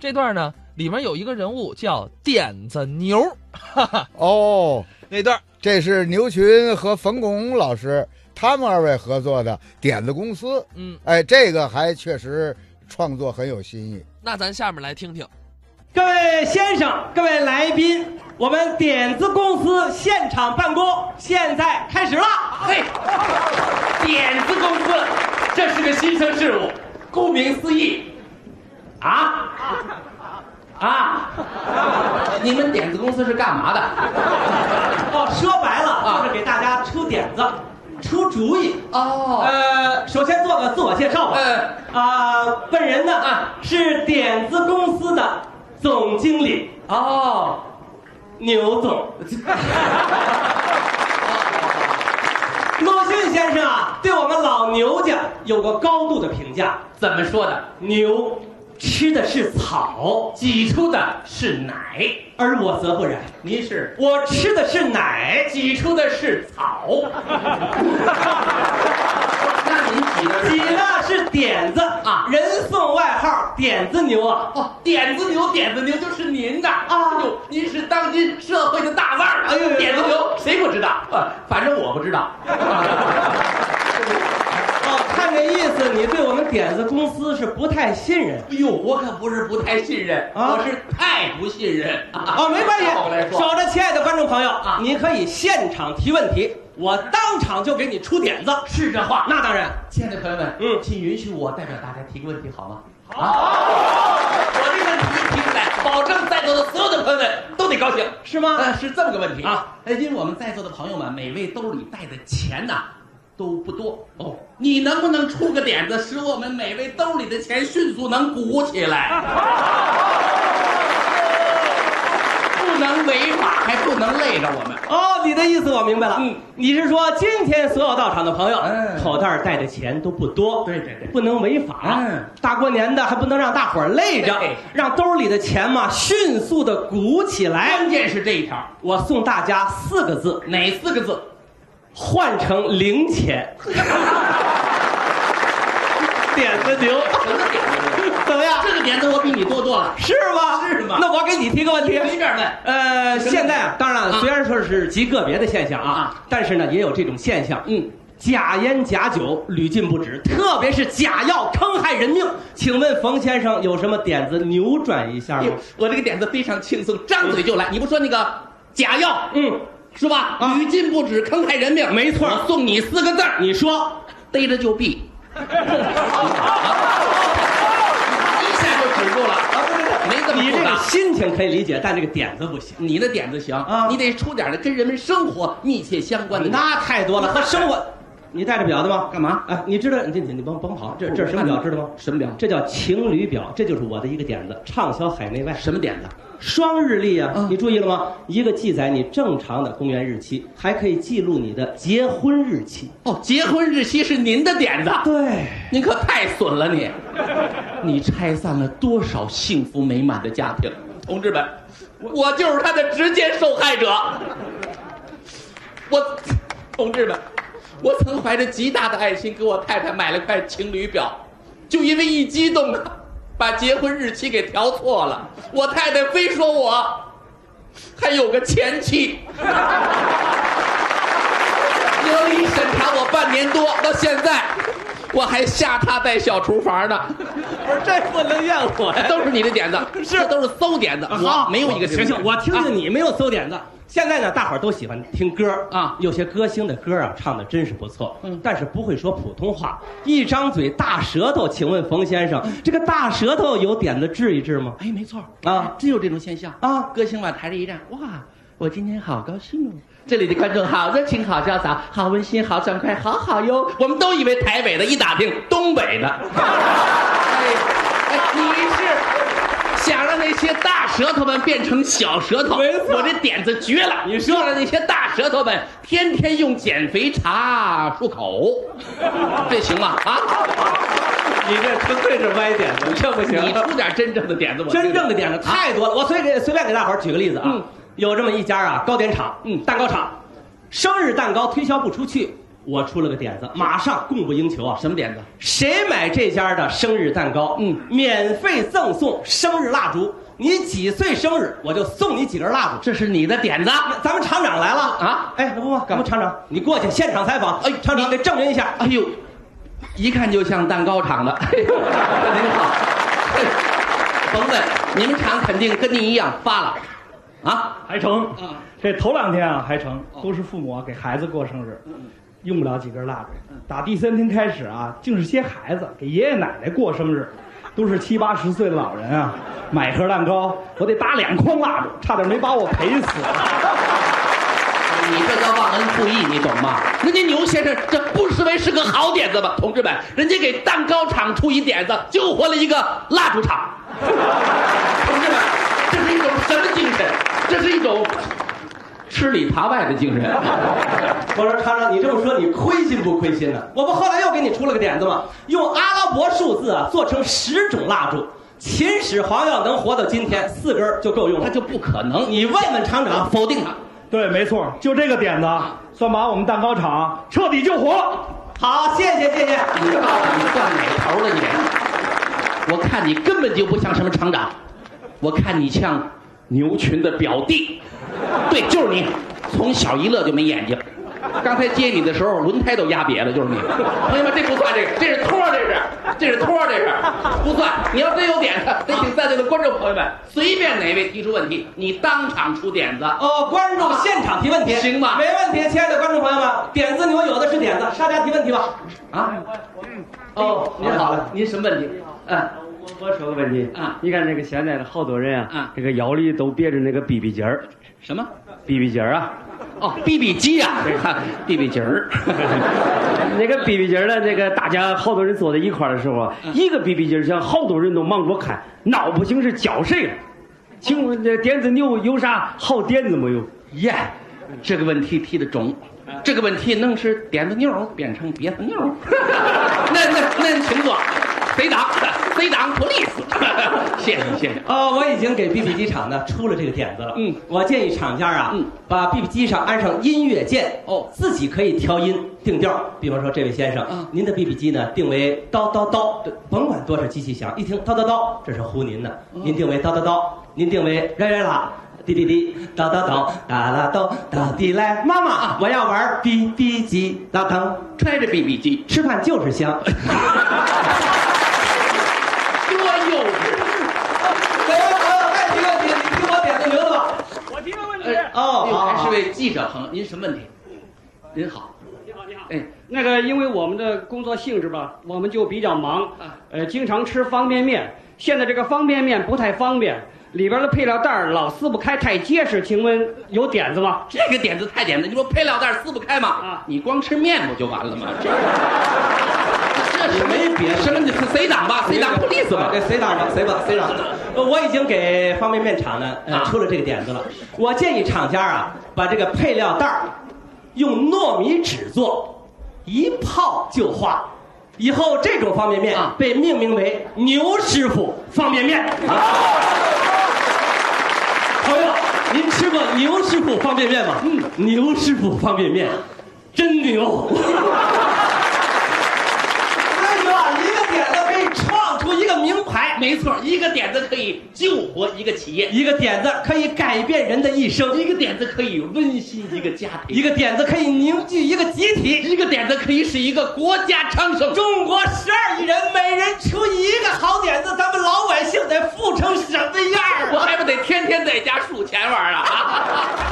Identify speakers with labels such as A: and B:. A: 这段呢，里面有一个人物叫点子牛，
B: 哦，
A: 那段
B: 这是牛群和冯巩老师他们二位合作的点子公司。
A: 嗯，
B: 哎，这个还确实创作很有新意。
A: 那咱下面来听听。
C: 各位先生，各位来宾，我们点子公司现场办公现在开始了。
D: 嘿，点子公司，这是个新生事物，顾名思义，啊啊，你们点子公司是干嘛的？
C: 哦，说白了就是给大家出点子，出主意。
D: 哦，
C: 呃，首先做个自我介绍吧。
D: 嗯
C: 啊、本人呢、
D: 啊
C: 是点子公司的总经理
D: 哦，
C: 牛总。鲁迅先生啊，对我们老牛家有过高度的评价。
D: 怎么说的？
C: 牛吃的是草，
D: 挤出的是奶，
C: 而我则不然，
D: 您是
C: 我吃的是奶，
D: 挤出的是草，那您挤的
C: 挤
D: 挤的
C: 的是点子
D: 啊
C: 人送外号“点子牛”啊。
D: 哦，点子牛，点子牛就是您的
C: 啊
D: 哎呦，您是当今社会的大腕儿啊！
C: 哎呦
D: 点子牛谁不知道？啊，反正我不知道。
C: 哦，看这意思，你对我们点子公司是不太信任。
D: 哎呦，我可不是不太信任，
C: 啊
D: 我是太不信任。
A: 啊
C: 哦，没关系
D: 啊照我来，说
C: 守着亲爱的观众朋友
D: 啊
C: 你可以现场提问题，我当场就给你出点子。
D: 是这话。
C: 那当然，
D: 亲爱的朋友们，
C: 嗯
D: 请允许我代表大家提个问题好吗？好，我这问题提出来，保证在座的所有的朋友们都得高兴。
C: 是吗？
D: 呃， 是这么个问题
C: 啊。
D: 呃，因为我们在座的朋友们，每位兜里带的钱呐、都不多哦。你能不能出个点子，使我们每位兜里的钱迅速能鼓起来？不能违法，还不能累着我们。
C: 哦，你的意思我明白了。
D: 嗯，
C: 你是说今天所有到场的朋友，
D: 嗯
C: 口袋带的钱都不多，
D: 对对对
C: 不能违法。
D: 嗯，
C: 大过年的还不能让大伙儿累着
D: 对，
C: 让兜里的钱嘛迅速的鼓起来
D: 关。键是这一条，
C: 我送大家四个字，
D: 哪四个字？
C: 换成零钱。 点子 牛，
D: 什么点子？
C: 怎么样？
D: 这个点子我比你多多了。
C: 是吗？
D: 是吗
C: 那我给你提个问题。
D: 随便问。
C: 呃，现在啊，当然了，
D: 啊
C: 虽然说是极个别的现象啊
D: 啊，
C: 但是呢，也有这种现象。
D: 嗯，
C: 假烟假酒屡禁不止，特别是假药坑害人命。请问冯先生有什么点子扭转一下
D: 哎
C: 吗
D: 呦？我这个点子非常轻松，张嘴就来。你不说那个假药，
C: 嗯，
D: 是吧？
C: 啊
D: 屡禁不止，坑害人命。
C: 没错
D: 我送你四个字儿，
C: 你说
D: 逮着 就毙。一下就止住了，
C: 啊
D: 没这么
C: 你这
D: 复
C: 个
D: 杂。
C: 心情可以理解，但这个点子不行。
D: 你的点子行
C: 啊
D: 你得出点儿的跟人们生活密切相关的。
C: 那太多了，和生活。你带着表的吗？
D: 干嘛
C: 哎，你知道？你你你甭甭跑，这这是什么表知道吗？
D: 什么表
C: 这叫情侣表，这就是我的一个点子，畅销海内外。
D: 什么点子？
C: 双日历啊，
D: 嗯
C: 你注意了吗？一个记载你正常的公元日期，还可以记录你的结婚日期。
D: 哦，结婚日期是您的点子，
C: 对，
D: 您可太损了你！你拆散了多少幸福美满的家庭，同志们，我就是他的直接受害者。我，同志们，我曾怀着极大的爱心给我太太买了块情侣表，就因为一激动啊，把结婚日期给调错了。我太太非说我还有个前妻。隔离审查我半年多，到现在我还吓他在小厨房呢。
C: 不是这不能怨我呀
D: 都是你的点子，
C: 是啊
D: 这都是馊点子，我
C: 好，
D: 没有一个
C: 行行，我听听你没有馊点子。现在呢，大伙儿都喜欢听歌
D: 啊
C: 有些歌星的歌啊，唱的真是不错，
D: 嗯
C: 但是不会说普通话，一张嘴大舌头。请问冯先
D: 嗯
C: 生，这个大舌头有点子治一治吗？
D: 哎，没错
C: 啊
D: 真有这种现象
C: 啊
D: 歌星往台上一站，哇，我今天好高兴哦！这里的观众好热情、好潇洒、好温馨、好爽快、好好哟！我们都以为台北的，一打听东北的。哎，哎你是想让那些大舌头们变成小舌头？
C: 没错
D: 我这点子绝了！你说让那些大舌头们天天用减肥茶漱口， 这行吗？啊，
C: 你这纯粹是歪点子，这不
D: 你出点真正的点子，我听
C: 真
D: 听
C: 正的点子太多了。我随给随便给大伙儿举个例子啊，
D: 嗯
C: 有这么一家啊糕点厂，
D: 嗯
C: 蛋糕厂，生日蛋糕推销不出去，我出了个点子，马上供不应求啊！
D: 什么点子？
C: 谁买这家的生日蛋糕，
D: 嗯
C: 免费赠送生日蜡烛。你几岁生日，我就送你几根蜡烛。
D: 这是你的点子。
C: 咱们厂长来了
D: 啊
C: 哎，不不，咱们厂长，你过去现场采访。
D: 哎
C: 厂长
D: 你
C: 得证明一下。
D: 哎呦，一看就像蛋糕厂的。 哎呦，您好，哎甭问，你们厂肯定跟您一样发了，啊，
E: 还成
C: 嗯
D: 啊
E: 这头两天啊还成，
C: 哦
E: 都是父母啊给孩子过生日，
C: 嗯
E: 用不了几根蜡烛。打第三天开始啊，竟是些孩子给爷爷奶奶过生日，都是七八十岁的老人啊，买盒蛋糕，我得搭两筐蜡烛，差点没把我赔死。
D: 你这叫忘恩负义，你懂吗？人家牛先生这不失为是个好点子吧，同志们，人家给蛋糕厂出一点子，救活了一个蜡烛厂。 同志们，这是一种什么精神？这是一种吃里扒外的精神。
C: 我说厂长，你这么说，你亏心不亏心呢、我不后来又给你出了个点子吗？用阿拉伯数字啊做成十种蜡烛。秦始皇要能活到今天，四根儿就够用
D: 他
C: 了。
D: 就不可能，你啊
C: 你问问厂长，
D: 否定他。
E: 对，没错，就这个点子啊，算把我们蛋糕厂彻底救活了。
C: 好，谢谢谢谢。
D: 你到底算哪头了你？我看你根本就不像什么厂长，我看你像牛群的表弟。对，就是你，从小一乐就没眼睛。刚才接你的时候，轮胎都压瘪了，就是你。朋友们，这不算这个，这是托儿，这是这是托儿，这是不算。你要真有点子，得请在座的观众朋友们随便哪位提出问题，你当场出点子。
C: 哦，观众现场提问题，
D: 行吧
C: 没问题，亲爱的观众朋友们，点子牛有的是点子，大家提问题吧。
D: 啊，哦，您好了，您什么问题？嗯，
F: 我我说个问题
D: 啊
F: 你看这个现在的好多人啊，
D: 啊
F: 这个腰里都别着那个 BB 筋儿
D: 什么？
F: ，BB 筋儿啊，
D: 哦，B B 机呀、啊，b B 机儿，
F: 那个 BB 筋儿呢，那个大家好多人坐在一块儿的时候啊，一个 BB 筋儿上好多人都忙着看，闹不清是教谁了。请问这点子牛有啥好点子没有？
D: 耶、这个问题提的中，这个问题能使点子妞儿变成别子妞儿。 那那那，请坐，贼 党，贼党 police，谢谢 谢谢。
C: 哦，我已经给 BB 机厂呢出了这个点子了。
D: 嗯
C: 我建议厂家啊，
D: 嗯
C: 把 BB 机上安上音乐键，
D: 哦
C: 自己可以调音定调。比方说，这位先生，
D: 嗯
C: 您的 BB 机呢定为叨叨叨，这甭管多少机器响，一听叨叨叨，这是呼您呢。
D: 嗯
C: 您定为叨叨叨，您定为来来啦。滴滴滴，叨叨叨，哒啦叨，哒滴来，妈
D: 啊
C: 妈，我要玩 BB 机，叨叨，
D: 揣着 B B 机，
C: 吃饭就是 香。哎
D: 多幼稚！
C: 各位朋友，再提问题，你听我点个名字吧。
E: 我提个问
F: 呃
D: 哎
C: 哦
D: 呦
C: 好
D: 还是位记者朋友，您什么问题？您好，
E: 你好，你好。
D: 哎，
E: 那个，因为我们的工作性质吧，我们就比较忙
D: 啊，
E: 呃，经常吃方便面。现在这个方便面不太方便，里边的配料袋儿老撕不开，太结实。请问有点子吗？
D: 这个点子太简单，你说配料袋撕不开吗？
E: 啊
D: 你光吃面不就完 了吗？这这什么
C: 没别的
D: 什么？你是贼党吧？贼党 police 吧？
C: 对，谁党吧，谁吧，谁党。呃我已经给方便面厂呢、呃
D: 啊
C: 出了这个点子了。我建议厂家啊，把这个配料袋儿用糯米纸做，一泡就化。以后这种方便面
D: 啊
C: 被命名为牛师傅方便面。朋友，您吃过牛师傅方便面吗？嗯，牛师傅方便面真牛。 所以说啊，一个点子可以创出一个名牌，
D: 没错，一个点子可以救活一个企业，
C: 一个点子可以改变人的一生，
D: 一个点子可以温馨一个家庭，
C: 一个点子可以凝聚一个集体。
D: 一个点子可以使一个国家昌盛。
C: 中国十二亿人，每人出一个好点子，咱们老百姓得富成什么样
D: 我
C: 啊！
D: 还不得天天在家数钱玩啊？